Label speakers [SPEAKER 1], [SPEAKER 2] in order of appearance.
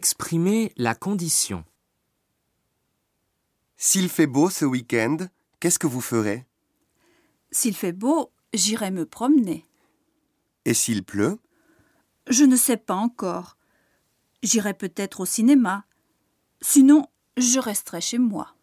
[SPEAKER 1] Exprimer la condition.
[SPEAKER 2] S'il fait beau ce week-end, qu'est-ce que vous ferez
[SPEAKER 3] S'il fait beau, j'irai me promener.
[SPEAKER 2] Et s'il pleut
[SPEAKER 3] Je ne sais pas encore. J'irai peut-être au cinéma. Sinon, je resterai chez moi.